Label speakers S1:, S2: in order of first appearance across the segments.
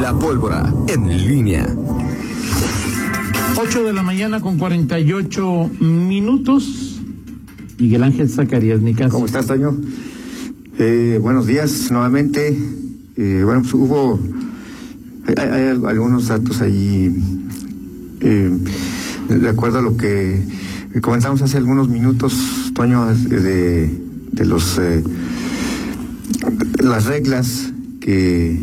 S1: La pólvora en línea.
S2: 8 de la mañana con 48 minutos. Miguel Ángel Zacarías Nicas.
S3: ¿Cómo estás, Toño? Eh, buenos días nuevamente. Eh, bueno, pues hubo. Hay, hay algunos datos allí. Eh, de acuerdo a lo que comentamos hace algunos minutos, Toño, de, de los. eh, las reglas que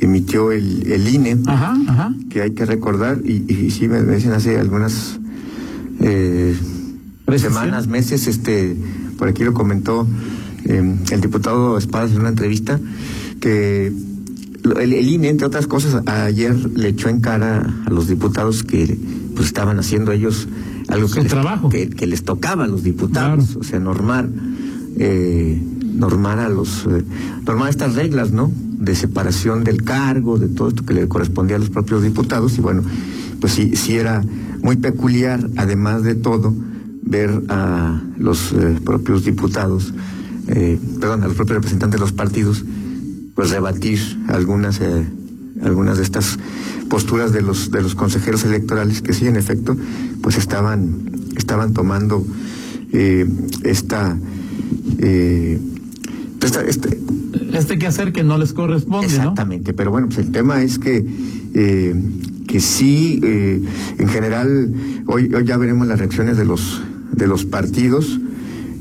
S3: emitió el, E. el INE,
S2: Ajá, ajá.
S3: que hay que recordar, y, y, y sí me me dicen hace algunas eh,
S2: Precisión.
S3: semanas, meses, este, por aquí lo comentó eh, el diputado Espadas en una entrevista, que lo- el, el INE, entre otras cosas, ayer le echó en cara a los diputados que pues estaban haciendo ellos algo
S2: Su
S3: que les,
S2: trabajo.
S3: Que, que les tocaba a los diputados,
S2: Claro.
S3: o sea, normar, eh, normar a los, eh, normar estas reglas, ¿no? De separación del cargo, de todo esto que le correspondía a los propios diputados y bueno, pues sí, sí era muy peculiar, además de todo, ver a los eh, propios diputados, eh, perdón, a los propios representantes de los partidos, pues rebatir algunas eh, algunas de estas posturas de los de los consejeros electorales que sí en efecto pues estaban estaban tomando eh, esta, eh, esta- este-
S2: Este quehacer que no les corresponde,
S3: Exactamente, pero bueno, pues el tema es que, eh, que sí, eh, en general, hoy, hoy ya veremos las reacciones de los, de los partidos.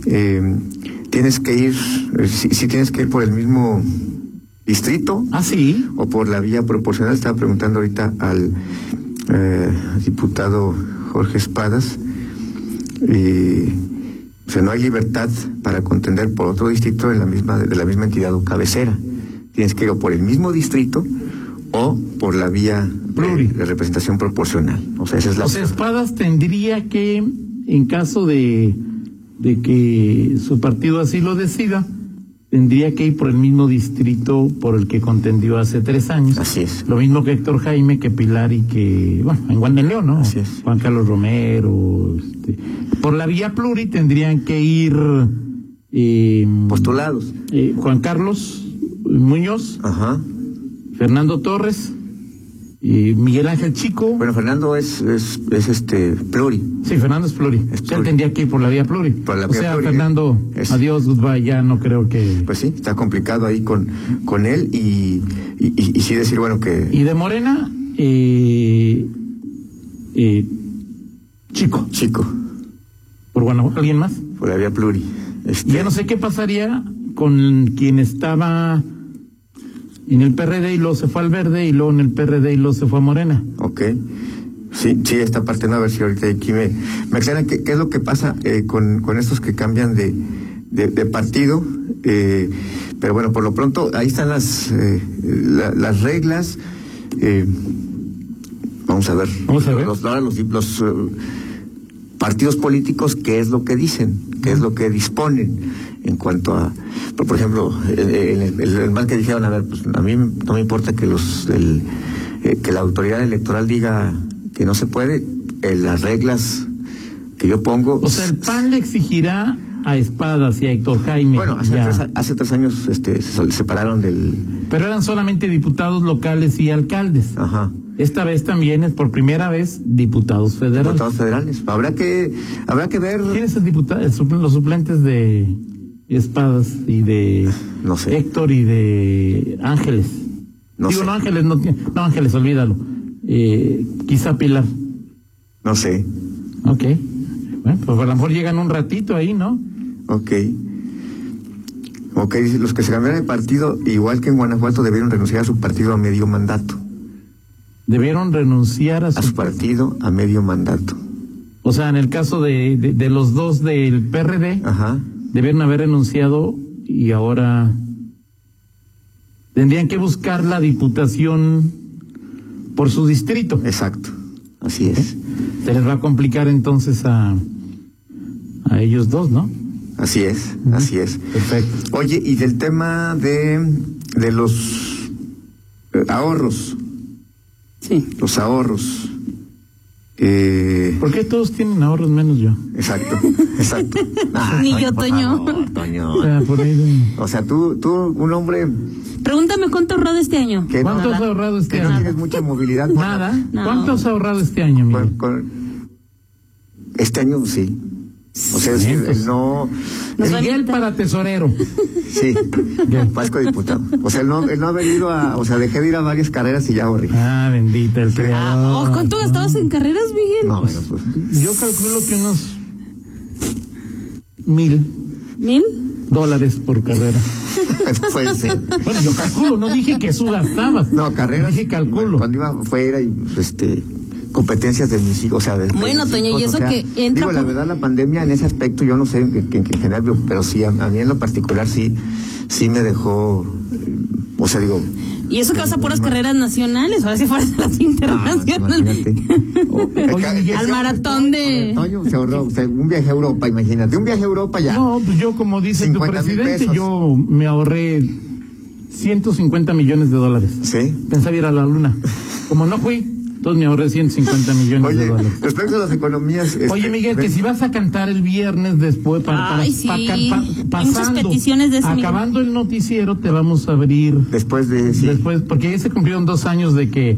S3: Eh, tienes que ir, eh, sí, sí tienes que ir por el mismo distrito
S2: ¿no? Ah, sí.
S3: o por la vía proporcional. Estaba preguntando ahorita al eh, diputado Jorge Espadas. eh, o sea, no hay libertad para contender por otro distrito de la misma, de la misma entidad o cabecera. Tienes que ir o por el mismo distrito o por la vía
S2: Pluri.
S3: de, de representación proporcional. O sea, esa es la.
S2: O sea, Espadas tendría que, en caso de, de que su partido así lo decida, tendría que ir por el mismo distrito por el que contendió hace tres años.
S3: Así es.
S2: Lo mismo que Héctor Jaime, que Pilar y que, bueno, en Juan de León, ¿no?
S3: Así es.
S2: Juan Carlos Romero. este. Por la vía pluri tendrían que ir eh,
S3: Postulados.
S2: eh, Juan Carlos Muñoz,
S3: Ajá.
S2: Fernando Torres, eh, Miguel Ángel Chico.
S3: Bueno, Fernando es, es, es este pluri.
S2: Sí, Fernando es Flori.
S3: Es
S2: Él
S3: Flori.
S2: tendría que ir por la vía Flori.
S3: Por la
S2: o
S3: vía
S2: sea,
S3: Flori,
S2: Fernando,
S3: eh. Es-
S2: adiós, goodbye, ya no creo que...
S3: Pues sí, está complicado ahí con, con él y, y, y- y sí decir, bueno, que.
S2: Y de Morena, eh, eh, Chico,
S3: Chico.
S2: por Guanajuato, ¿alguien más?
S3: Por la vía pluri.
S2: Y
S3: Este,
S2: ya no sé qué pasaría con quien estaba en el PRD y luego se fue al Verde y luego en el PRD y luego se fue a Morena.
S3: Ok. Sí, sí, esta parte no, a ver si ahorita aquí me, me aclaran qué, qué es lo que pasa eh, con, con estos que cambian de, de, de partido. eh, pero bueno, por lo pronto, ahí están las, eh, la- las reglas. eh, vamos a ver.
S2: Vamos a ver.
S3: Los, ahora los, los, eh, partidos políticos qué es lo que dicen, qué es lo que disponen en cuanto a, por, por ejemplo, el, el- el- el mal que dijeron, a ver, pues a mí no me importa que los el, eh, que la autoridad electoral diga que no se puede, eh, las reglas que yo pongo.
S2: O sea, el PAN le exigirá a Espadas y a Héctor Jaime.
S3: Bueno, hace
S2: ya.
S3: tres, a- hace tres años este, se separaron del.
S2: Pero eran solamente diputados locales y alcaldes.
S3: Ajá.
S2: Esta vez también es por primera vez diputados federales.
S3: Diputados federales. Habrá que, habrá que ver.
S2: ¿Quiénes son diputados? El supl- los suplentes de Espadas y de
S3: No sé.
S2: Héctor y de Ángeles.
S3: No
S2: Digo,
S3: sé.
S2: no Ángeles, no, tiene- no Ángeles, olvídalo. Eh, quizá Pilar.
S3: No sé.
S2: Ok. Bueno, pues a lo mejor llegan un ratito ahí, ¿no?
S3: Ok. Ok, dice, los que se cambiaron de partido, igual que en Guanajuato, debieron renunciar a su partido a medio mandato.
S2: Debieron renunciar a su,
S3: A su partido a medio mandato.
S2: O sea, en el caso de, de, de los dos del PRD,
S3: Ajá.
S2: debieron haber renunciado y ahora tendrían que buscar la diputación por su distrito.
S3: Exacto. Así es.
S2: Se les va a complicar entonces a, a ellos dos, ¿no?
S3: Así es. Así es.
S2: Perfecto.
S3: Oye, y del tema de, de los eh, ahorros,
S4: Sí,
S3: los ahorros. Eh,
S2: ¿Por qué todos tienen ahorros menos yo?
S3: exacto, exacto. Ah,
S4: Ni yo,
S3: por
S4: Toño.
S3: favor, Toño.
S2: O sea, por ahí de-
S3: O sea, tú, tú, un hombre
S4: Pregúntame cuánto he ahorrado este año.
S3: que Ah, no,
S2: ¿Cuánto has
S4: Nada.
S2: ahorrado este
S3: que no tienes
S2: año?
S3: mucha movilidad. bueno,
S2: Nada.
S4: No.
S2: ¿Cuánto has ahorrado este año, Miguel?
S3: con- con- este año sí. O sea, sí,
S2: Cientos.
S3: no.
S4: Nos va a
S2: Miguel
S4: invitar.
S2: para tesorero.
S3: Sí, Vasco diputado. O sea, el no, el no haber ido a. O sea, dejé de ir a varias carreras y ya ahorré.
S2: Ah, bendita el
S4: Ah,
S2: creador.
S4: oh, ¿Cuánto gastabas en carreras, Miguel?
S3: No, bueno, pues.
S2: Yo calculo que unos mil
S4: ¿Mil?
S2: dólares por carrera.
S3: Pues sí.
S2: Bueno, yo calculo, no dije que eso gastabas.
S3: No, carreras.
S2: Dije calculo.
S3: bueno, Cuando iba fuera y este competencias de mis hijos, o sea, de- de
S4: Bueno,
S3: mis
S4: Toño, y
S3: hijos,
S4: eso que entra
S3: Digo, la
S4: por-
S3: verdad, la pandemia en ese aspecto, yo no sé en, en- en general, pero- pero sí, a, a mí en lo particular sí, sí me dejó, eh, o sea, digo,
S4: Y eso que vas a puras carreras nacionales, ahora si fueras a las internacionales.
S3: Ah, imagínate.
S2: Oye, Miguel,
S4: Al maratón de.
S3: Toño, se ahorró, o sea, un viaje a Europa, imagínate, un viaje a Europa ya.
S2: No, pues yo como dice tu
S3: 50,000
S2: presidente,
S3: pesos.
S2: yo me ahorré 150 millones de dólares.
S3: Sí.
S2: Pensaba ir a la luna. Como no fui, entonces me ahorré 150 millones de
S3: Oye,
S2: dólares.
S3: respecto a las economías. este,
S2: Oye, Miguel, que
S3: ven-
S2: si vas a cantar el viernes después para, para-
S4: Ay, sí.
S2: para ca- pa-
S4: Hay
S2: pasando,
S4: muchas peticiones de ese mismo.
S2: acabando el noticiero te vamos a abrir
S3: Después de. sí.
S2: después, porque ya se cumplieron dos años de que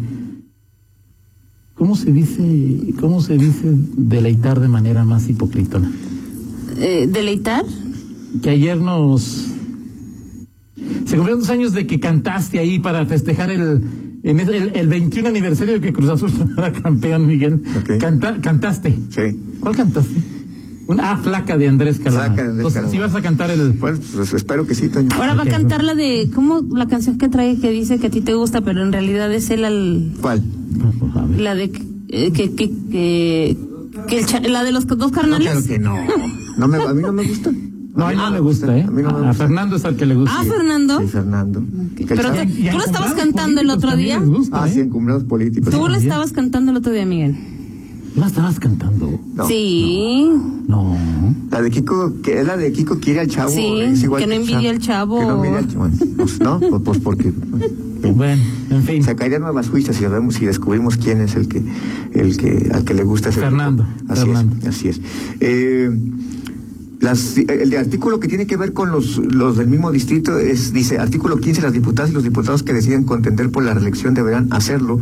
S2: ¿Cómo se dice? ¿Cómo se dice deleitar de manera más hipocritona?
S4: eh, deleitar.
S2: que ayer nos se cumplieron dos años de que cantaste ahí para festejar el en el, el- el 21 aniversario de que Cruz Azul fuera campeón Miguel
S3: Ok.
S2: Canta- cantaste
S3: Sí.
S2: ¿cuál cantaste? una ah, flaca de Andrés Calamar
S3: Flaca de Andrés
S2: Entonces,
S3: Calamar.
S2: si vas a cantar el
S3: Bueno, pues espero que sí, Toño.
S4: Ahora va a
S2: Ok.
S4: cantar la de. ¿Cómo la canción que trae que dice que a ti te gusta, pero en realidad es él al,
S3: ¿Cuál?
S2: A ver.
S4: la de. eh, que, que, que, que el cha- la de los dos
S3: No,
S4: carnales?
S3: claro que no. no me, a mí no me gusta.
S2: no a él no
S3: Ah,
S2: le gusta eh
S3: A mí no me
S2: a, a
S3: gusta.
S2: Fernando es al que le gusta
S4: ah, Fernando.
S3: Sí, Fernando. Que el
S4: Pero
S3: chavo-
S4: te-
S2: Y a
S4: ¿Tú lo estabas
S2: Encumblados
S4: cantando el
S2: Políticos
S4: otro
S2: también
S4: día?
S2: les gusta,
S3: Ah,
S2: ¿eh?
S3: sí, encumbrados políticos.
S4: Tú lo
S2: También.
S4: estabas cantando el otro día, Miguel.
S2: ¿La estabas cantando?
S3: No.
S4: sí.
S2: No.
S3: La de Kiko, que es la de Kiko quiere al chavo.
S4: Sí,
S3: es igual
S4: que no envidia al chavo.
S3: Que no envidia al chavo. Bueno, Pues, no, pues, pues porque.
S2: Bueno, en fin.
S3: Sacaría nuevas juicias si vemos si descubrimos quién es el que, el que, al que le gusta ese
S2: Fernando,
S3: grupo. Así
S2: Fernando.
S3: es, así es. Eh, las- el de artículo que tiene que ver con los, los del mismo distrito es, dice, artículo 15, las diputadas y los diputados que deciden contender por la reelección deberán hacerlo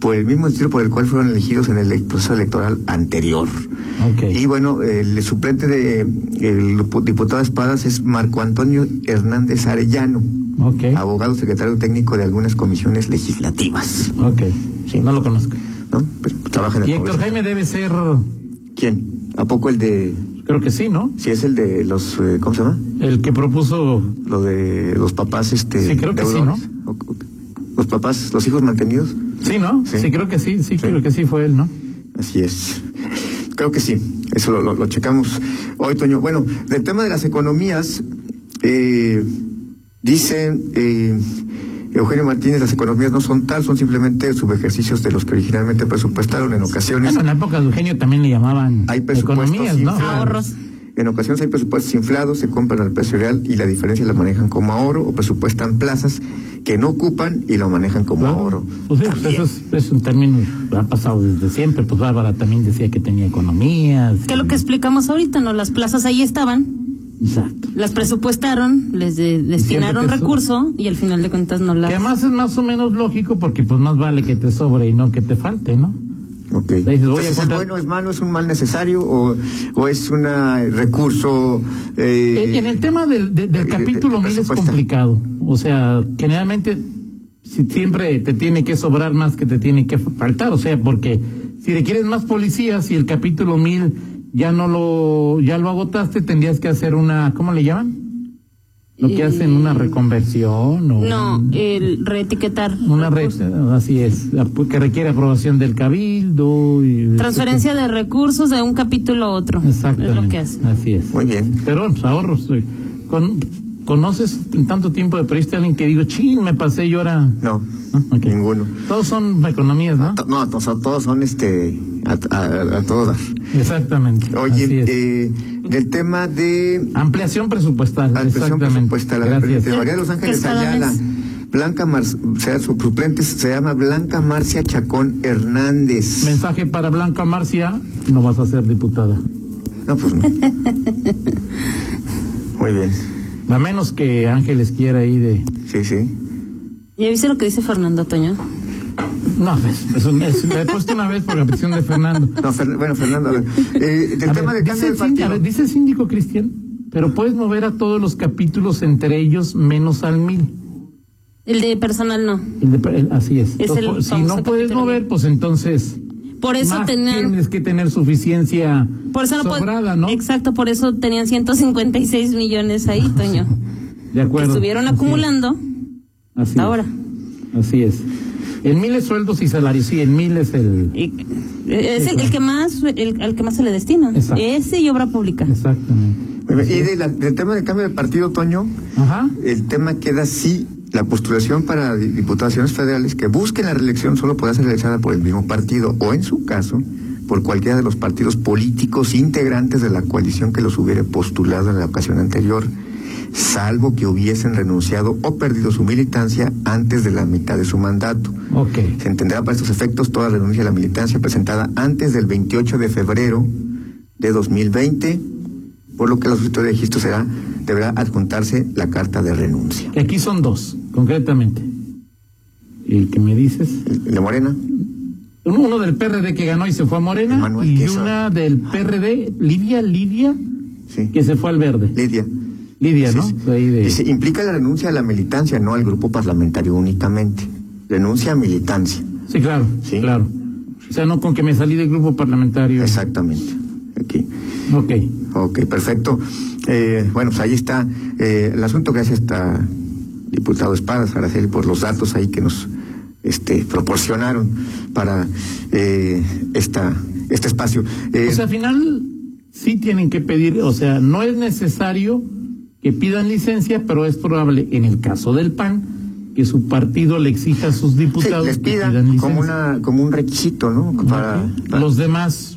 S3: por el mismo distrito por el cual fueron elegidos en el ele- proceso electoral anterior.
S2: Ok.
S3: Y bueno, el suplente de el diputado Espadas es Marco Antonio Hernández Arellano,
S2: Ok.
S3: abogado secretario técnico de algunas comisiones legislativas.
S2: Ok. No lo conozco.
S3: ¿no? Pero trabaja en el
S2: Y Héctor
S3: Congreso.
S2: Jaime debe ser,
S3: ¿Quién? ¿A poco el de.?
S2: creo que sí, ¿no?
S3: Si es el de los. eh, ¿Cómo se llama?
S2: El que propuso
S3: Lo de los papás, este.
S2: Sí, creo que sí,
S3: deudores. O- o- Los papás, los hijos mantenidos.
S2: Sí, ¿no? Sí,
S3: Sí.
S2: creo que sí, sí,
S3: Sí.
S2: creo que sí fue él, ¿no?
S3: Así es. Creo que sí. Eso lo, lo- lo checamos hoy, Toño. Bueno, del tema de las economías, eh, dice eh, Eugenio Martínez, las economías no son tal, son simplemente subejercicios de los que originalmente presupuestaron en ocasiones.
S2: Bueno, en la época de Eugenio también le llamaban
S3: Hay presupuestos
S2: economías, ¿no?
S3: inflados.
S4: Ahorros.
S3: En ocasiones hay presupuestos inflados, se compran al precio real y la diferencia la manejan como ahorro o presupuestan plazas que no ocupan y lo manejan como
S2: Claro.
S3: ahorro.
S2: Pues sí, pues
S3: También.
S2: eso es, es un término que ha pasado desde siempre. Pues Bárbara también decía que tenía economías.
S4: Que es lo que explicamos ahorita, ¿no? Las plazas ahí estaban,
S2: Exacto.
S4: las presupuestaron, les de- destinaron
S2: que eso-
S4: recurso y al final de cuentas no
S2: Que
S4: las.
S2: además es más o menos lógico porque pues más vale que te sobre y no que te falte, ¿no?
S3: Ok.
S2: voy a
S3: Entonces, ¿es
S2: contar-
S3: bueno, es malo, es un mal necesario o, o es un ah, recurso? eh,
S2: En- en el tema del, de- del
S3: eh,
S2: capítulo
S3: eh,
S2: 1000 es
S3: presupuesta-
S2: complicado. O sea, generalmente si- siempre te tiene que sobrar más que te tiene que faltar. O sea, porque si requieres más policías y el capítulo 1000 ya no lo ya lo agotaste, tendrías que hacer una, ¿cómo le llaman? Lo que
S4: Eh,
S2: hacen una reconversión o
S4: No,
S2: un-
S4: el reetiquetar.
S2: una red,
S4: recursos.
S2: así es, que requiere aprobación del cabildo y
S4: Transferencia de recursos de un capítulo a otro.
S2: Exactamente.
S4: Es lo que hace.
S2: Así es.
S3: Muy bien.
S2: Pero pues, ahorros. eh, Con, ¿Conoces en tanto tiempo de periodista a alguien que digo, chin, me pasé yo ahora?
S3: No,
S2: Ah, ok.
S3: ninguno.
S2: Todos son economías, ¿no?
S3: To- No, to- son- todos son este, a, a- a todos.
S2: Exactamente. así
S3: Oye,
S2: es.
S3: eh, del tema de
S2: ampliación presupuestal.
S3: la expresión
S2: exactamente.
S3: presupuestal, a ver,
S2: Gracias.
S3: de María de los
S4: Que
S3: Ángeles
S4: Espadas
S3: Ayala, Blanca Mar o sea, su suplente se llama Blanca Marcia Chacón Hernández.
S2: Mensaje para Blanca Marcia, no vas a ser diputada.
S3: No, pues no. Muy bien.
S2: A menos que Ángeles quiera ir de...
S3: Sí, sí.
S4: ¿Ya viste lo que dice Fernando Toño?
S2: No, pues, eso es- me he puesto una vez por la petición de Fernando.
S3: No, Fer- bueno, Fernando, a ver. Eh, del
S2: A
S3: tema
S2: ver,
S3: de cambio
S2: dice,
S3: del
S2: el síndico- a
S3: partido.
S2: ver, dice el síndico Cristian, pero puedes mover a todos los capítulos entre ellos menos al mil.
S4: El de personal no.
S2: El de- el- así es.
S4: Es
S2: Entonces,
S4: el
S2: pues, si
S4: famoso
S2: no puedes
S4: capítulo
S2: mover,
S4: mil.
S2: pues entonces
S4: Por eso
S2: más
S4: tenían.
S2: tienes que tener suficiencia
S4: Por eso no pod-
S2: sobrada, ¿no?
S4: Exacto, por eso tenían 156 millones ahí, Toño.
S2: De
S4: Que
S2: acuerdo.
S4: estuvieron
S2: Ah, Así es.
S4: acumulando
S2: Así
S4: hasta
S2: es.
S4: ahora.
S2: Así es. En miles sueldos y salarios, sí, en mil es el...
S4: Y- es el,
S2: claro.
S4: el que más el, al que más se le destina.
S2: Exacto.
S4: Ese y obra pública.
S2: Exactamente.
S3: Muy bien. Y de la- del tema de cambio del partido, Toño,
S2: Ajá.
S3: el tema queda así. La postulación para di- diputaciones federales que busquen la reelección solo podrá ser realizada por el mismo partido o, en su caso, por cualquiera de los partidos políticos integrantes de la coalición que los hubiere postulado en la ocasión anterior, salvo que hubiesen renunciado o perdido su militancia antes de la mitad de su mandato.
S2: Ok.
S3: Se entenderá para estos efectos toda renuncia a la militancia presentada antes del 28 de febrero de 2020, por lo que la solicitud de registro será, deberá adjuntarse la carta de renuncia.
S2: Que Aquí son dos, concretamente. El que me dices.
S3: ¿De Morena?
S2: Uno, uno del PRD que ganó y se fue a Morena.
S3: Manuel,
S2: y
S3: que eso-
S2: una del PRD, Lidia, Lidia,
S3: Sí.
S2: que se fue al verde.
S3: Lidia.
S2: Lidia,
S3: Sí,
S2: ¿no?
S3: sí.
S2: Ahí de-
S3: Dice, implica la renuncia a la militancia, no al grupo parlamentario únicamente. Renuncia a militancia.
S2: Sí, claro,
S3: Sí.
S2: claro. O sea, no con que me salí del grupo parlamentario.
S3: Exactamente. Aquí.
S2: Ok.
S3: Ok, perfecto. Eh, bueno, pues ahí está eh, el asunto. Gracias a diputado Espadas, Araceli, por los datos ahí que nos este, proporcionaron para eh, esta, este espacio. Eh,
S2: O sea, al final sí tienen que pedir, o sea, no es necesario que pidan licencia, pero es probable en el caso del PAN que su partido le exija a sus
S3: sí,
S2: diputados
S3: les
S2: que
S3: pidan
S2: pidan
S3: como,
S2: licencia.
S3: una, como un requisito, ¿no? Para,
S2: Ok.
S3: para-
S2: Los demás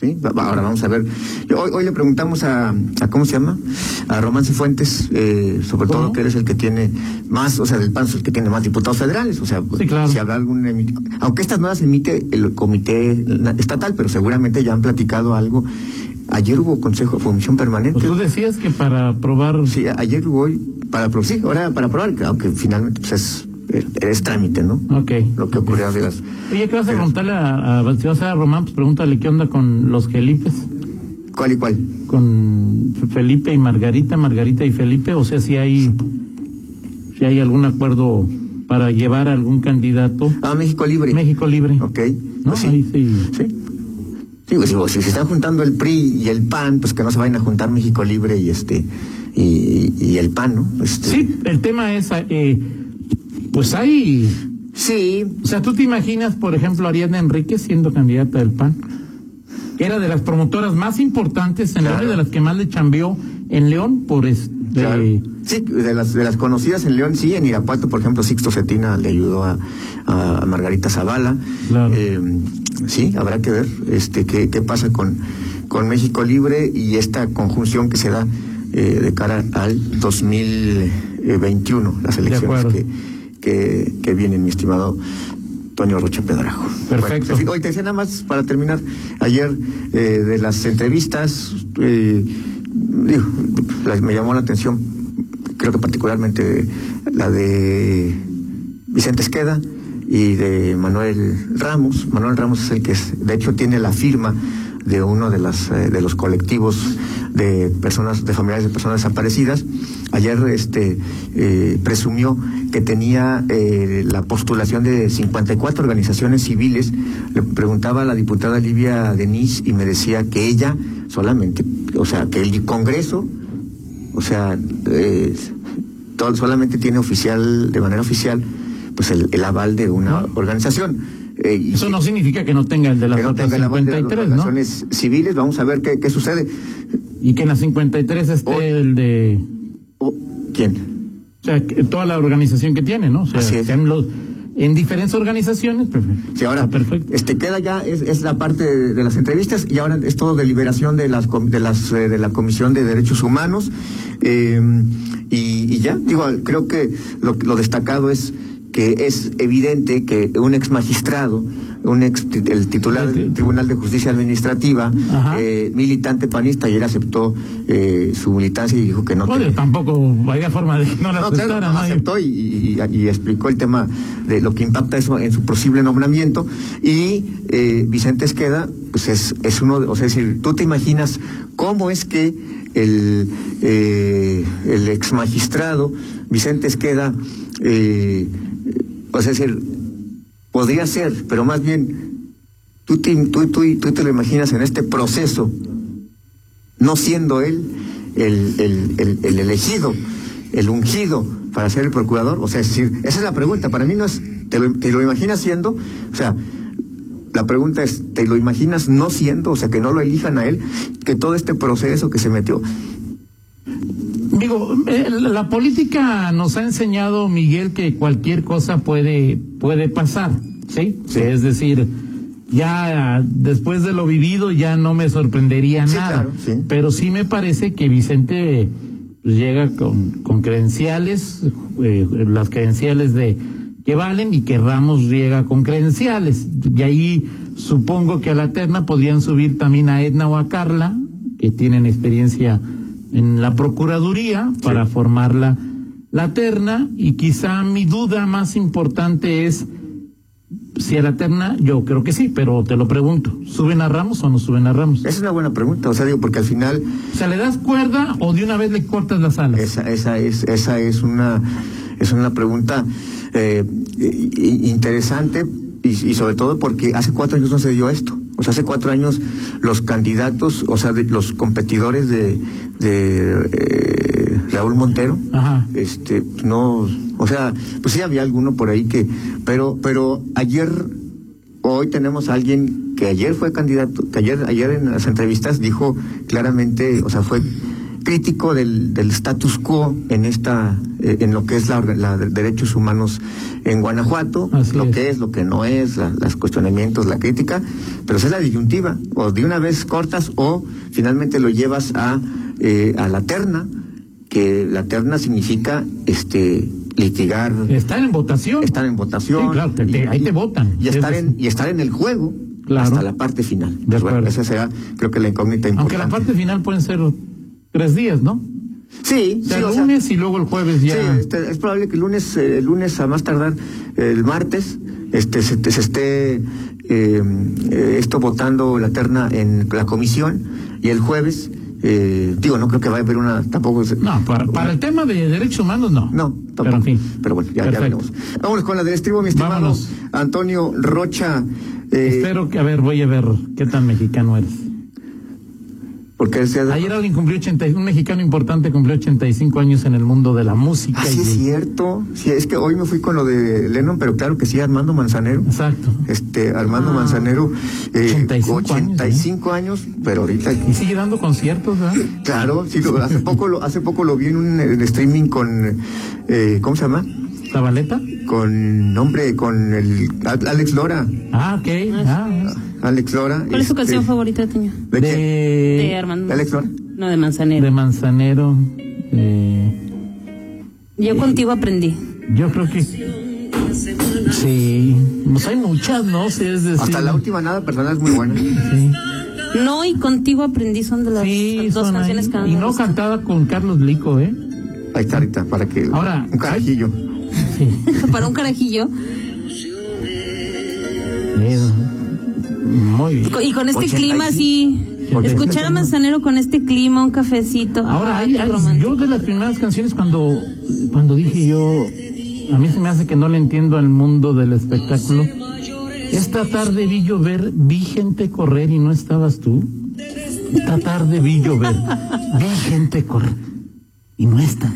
S3: Sí, va- va- ahora vamos a ver. Hoy, hoy le preguntamos a, a, ¿cómo se llama? A Román Cifuentes, eh, sobre
S2: ¿Cómo?
S3: todo que eres el que tiene más, o sea, del PAN es el que tiene más diputados federales, o sea,
S2: Sí, claro.
S3: si habrá algún... emi- Aunque estas nuevas emite el comité na- estatal, pero seguramente ya han platicado algo. Ayer hubo consejo de comisión permanente.
S2: Pues tú decías que para aprobar.
S3: Sí, a- ayer hubo hoy, para, pro- sí, ahora para probar, aunque finalmente pues es, es trámite, ¿no?
S2: Ok.
S3: Lo que ocurrió de las...
S2: Oye, ¿qué vas a preguntarle a, a- si vas a Román? Pues pregúntale qué onda con los Felipes,
S3: ¿Cuál y cuál?
S2: con Felipe y Margarita, Margarita y Felipe, o sea, si hay, si hay algún acuerdo para llevar a algún candidato.
S3: Ah, México Libre.
S2: México libre.
S3: Ok.
S2: No,
S3: pues
S2: ahí sí.
S3: Sí. Sí, pues, digo, si se están juntando el PRI y el PAN, pues que no se vayan a juntar México Libre y este y, y el PAN, ¿no? Este,
S2: Sí, el tema es, eh, pues hay,
S3: Sí.
S2: o sea, tú te imaginas, por ejemplo, a Ariadna Enríquez siendo candidata del PAN, que era de las promotoras más importantes en
S3: Claro.
S2: León y de las que más le chambeó en León por este...
S3: claro. Sí, de las, de las conocidas en León, sí, en Irapuato, por ejemplo, Sixto Cetina le ayudó a, a Margarita Zavala.
S2: Claro.
S3: Eh, sí, habrá que ver este qué, qué pasa con, con México Libre y esta conjunción que se da eh, de cara al 2021, las elecciones
S2: acuerdo.
S3: que, que, que vienen, mi estimado Toño Rocha Pedrajo.
S2: Perfecto.
S3: Bueno, en fin, hoy te decía nada más para terminar, ayer eh, de las entrevistas, eh, digo, la- me llamó la atención, creo que particularmente la de Vicente Esqueda y de Manuel Ramos. Manuel Ramos es el que, es- de hecho, tiene la firma de uno de, las, eh, de los colectivos de personas, de familiares de personas desaparecidas. Ayer este, eh, presumió que tenía eh, la postulación de 54 organizaciones civiles. Le preguntaba a la diputada Livia Denis y me decía que ella solamente, o sea, que el Congreso, o sea, eh, to- solamente tiene oficial, de manera oficial, pues el, el aval de una organización. Eh, y-
S2: Eso no significa que no tenga el de las
S3: que no
S2: otras
S3: tenga el aval de las
S2: 53, ¿no?
S3: organizaciones civiles, vamos a ver qué, qué sucede.
S2: Y que en las 53 esté
S3: Hoy-
S2: el de.
S3: Oh, ¿Quién?
S2: O sea, que toda la organización que tiene, ¿no? O sea,
S3: Así es.
S2: sean los- en diferentes organizaciones. perfecto.
S3: Sí, ahora,
S2: Está Ah, perfecto.
S3: este queda ya, es, es la parte de, de las entrevistas y ahora es todo deliberación de las com- de las eh, de la Comisión de Derechos Humanos. Eh, y, y, ya, digo, creo que lo, lo destacado es que es evidente que un ex magistrado, un ex, el titular del Tribunal de Justicia Administrativa, eh, militante panista, ayer aceptó eh, su militancia y dijo que no.
S2: Oye, te... tampoco había forma de no la
S3: no, claro, no aceptó y, y, y, explicó el tema de lo que impacta eso en su posible nombramiento. Y eh, Vicente Esqueda, pues es, es uno, de, o sea, es decir, tú te imaginas cómo es que el, eh, el ex magistrado Vicente Esqueda. eh, o sea, es decir, podría ser, pero más bien tú te, tú, tú, tú te lo imaginas en este proceso, no siendo él el, el, el, el, elegido, el ungido para ser el procurador. O sea, es decir, esa es la pregunta. Para mí no es, te lo, te lo imaginas siendo, o sea, la pregunta es, ¿te lo imaginas no siendo, o sea, que no lo elijan a él, que todo este proceso que se metió?
S2: Digo, la política nos ha enseñado, Miguel, que cualquier cosa puede, puede pasar, ¿sí? sí. Es decir, ya después de lo vivido ya no me sorprendería
S3: sí,
S2: nada.
S3: Claro, sí.
S2: Pero sí me parece que Vicente llega con, con credenciales, eh, las credenciales de que valen y que Ramos llega con credenciales. Y ahí supongo que a la terna podrían subir también a Edna o a Carla, que tienen experiencia en la Procuraduría para sí. formar la, la, terna y quizá mi duda más importante es si a la terna, yo creo que sí, pero te lo pregunto, ¿suben a Ramos o no suben a Ramos?
S3: Esa es una buena pregunta, o sea, digo, porque al final...
S2: O sea, ¿le das cuerda o de una vez le cortas las alas?
S3: Esa, esa, es, esa es, una, es una pregunta eh, interesante y, y sobre todo porque hace cuatro años no se dio esto. O sea, hace cuatro años los candidatos, o sea, de, los competidores de, de eh, Raúl Montero,
S2: Ajá.
S3: este, no, o sea, pues sí había alguno por ahí que, pero, pero ayer, hoy tenemos a alguien que ayer fue candidato, que ayer, ayer en las entrevistas dijo claramente, o sea, fue crítico del, del status quo en esta eh, en lo que es la, la de derechos humanos en Guanajuato
S2: Así
S3: lo
S2: es.
S3: que es lo que no es la, los cuestionamientos la crítica pero esa es la disyuntiva o de una vez cortas o finalmente lo llevas a eh, a la terna que la terna significa este litigar
S2: estar en votación
S3: estar en votación
S2: sí, claro, te, te,
S3: y,
S2: ahí te votan
S3: y estar en y estar en el juego
S2: Claro.
S3: hasta la parte final Pues
S2: de acuerdo.
S3: Bueno, esa será creo que la incógnita importante
S2: aunque la parte final pueden ser tres días, ¿no?
S3: Sí,
S2: O sea,
S3: sí, o
S2: el
S3: sea,
S2: lunes y luego el jueves ya.
S3: sí, este, es probable que el lunes, eh, el lunes a más tardar eh, el martes, este, se, se esté eh, eh, esto votando la terna en la comisión y el jueves, eh, digo, no creo que vaya a haber una, tampoco. es-
S2: No, para, para el tema de derechos humanos no.
S3: No, tampoco.
S2: Pero en fin.
S3: Pero bueno, ya, ya
S2: Perfecto.
S3: veremos. Vámonos con la del estribo, mi estimado
S2: Vámonos.
S3: Antonio Rocha, eh,
S2: Espero que, a ver, voy a ver qué tan mexicano eres.
S3: porque él se ha-
S2: Ayer alguien cumplió 80, un mexicano importante cumplió 85 años en el mundo de la música.
S3: Ah, sí,
S2: y
S3: es cierto. Sí, es que hoy me fui con lo de Lennon, pero claro que sí, Armando Manzanero.
S2: Exacto.
S3: este Armando Manzanero, eh,
S2: 85 años,
S3: 85 años, pero ahorita,
S2: Y sigue dando conciertos, ¿verdad?
S3: claro, sí, lo- hace poco lo, hace poco lo vi en un en streaming con, eh, ¿cómo se llama?
S2: ¿Tabaleta?
S3: Con nombre, con el Al- Alex Lora,
S2: Ah, ok. Ah,
S3: Alex Lora.
S4: ¿Cuál es su
S3: este,
S4: canción favorita, Toño?
S2: de,
S3: ¿De, quién?
S4: De Armando.
S3: ¿De Alex Lora?
S4: No, de Manzanero.
S2: de Manzanero. eh,
S4: Yo contigo aprendí.
S2: yo creo que. Sí. Pues hay muchas, ¿no? Sí, es decir.
S3: Hasta la última nada, personal es muy buena.
S2: sí.
S4: No y contigo aprendí son de las
S2: Sí,
S4: dos
S2: son ahí.
S4: canciones que a mí
S2: Y
S4: me
S2: no
S4: gustan.
S2: cantada con Carlos Lico, ¿eh?
S3: Ahí está ahorita, para que
S2: Ahora,
S3: un carajillo.
S2: Sí.
S4: Para un carajillo.
S2: Bien. Muy bien.
S4: Co- Y con este
S3: 85.
S4: clima así.
S2: Porque-
S4: Escuchar a Manzanero con este clima, un cafecito.
S2: Ahora,
S4: ah,
S2: hay-
S4: qué
S2: hay-
S4: romántico.
S2: yo de las primeras canciones cuando, cuando dije yo, a mí se me hace que no le entiendo al mundo del espectáculo. Esta tarde vi llover, vi gente correr y no estabas tú. Esta tarde vi llover, vi gente correr y no está.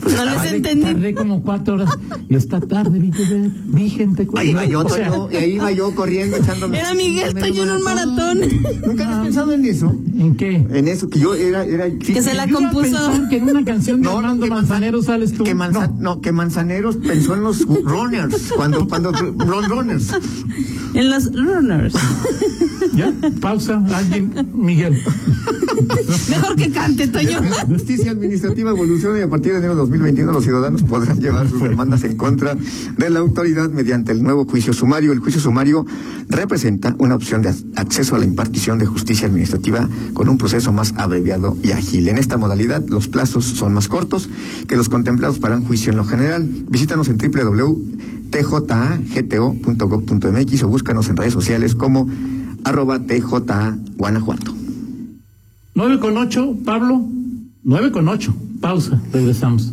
S3: Pues
S4: No
S3: estaba-
S4: les
S2: Tardé-
S4: entendí.
S2: Tardé como cuatro horas. Y está tarde, vi, que- vi gente.
S3: Ahí iba yo,
S2: o sea,
S3: Toño, y ahí iba yo corriendo echándome.
S4: Era Miguel,
S3: echándome
S4: Toño en un maratón.
S3: ¿Nunca habías pensado en eso?
S2: ¿En qué?
S3: En eso, que yo era. era
S4: Que se la
S2: Yo iba a
S4: compuso.
S2: pensar que en una canción de
S3: No, no,
S2: Armando
S3: que
S2: Manzanero sales tú.
S3: Que manza-
S2: No.
S3: no. que Manzaneros pensó en los runners, cuando, cuando los runners.
S4: En los runners.
S2: Ya, pausa, alguien, Miguel.
S4: Mejor que cante, Toño.
S3: La justicia administrativa evoluciona y a partir de enero de 2021 los ciudadanos podrán llevar sus demandas en contra de la autoridad mediante el nuevo juicio sumario. El juicio sumario representa una opción de ac- acceso a la impartición de justicia administrativa con un proceso más abreviado y ágil. En esta modalidad los plazos son más cortos que los contemplados para un juicio en lo general. Visítanos en www.tjagto.gov.mx o búscanos en redes sociales como arroba TJA Guanajuato.
S2: 9 con 8, Pablo. 9 con 8. Pausa, regresamos.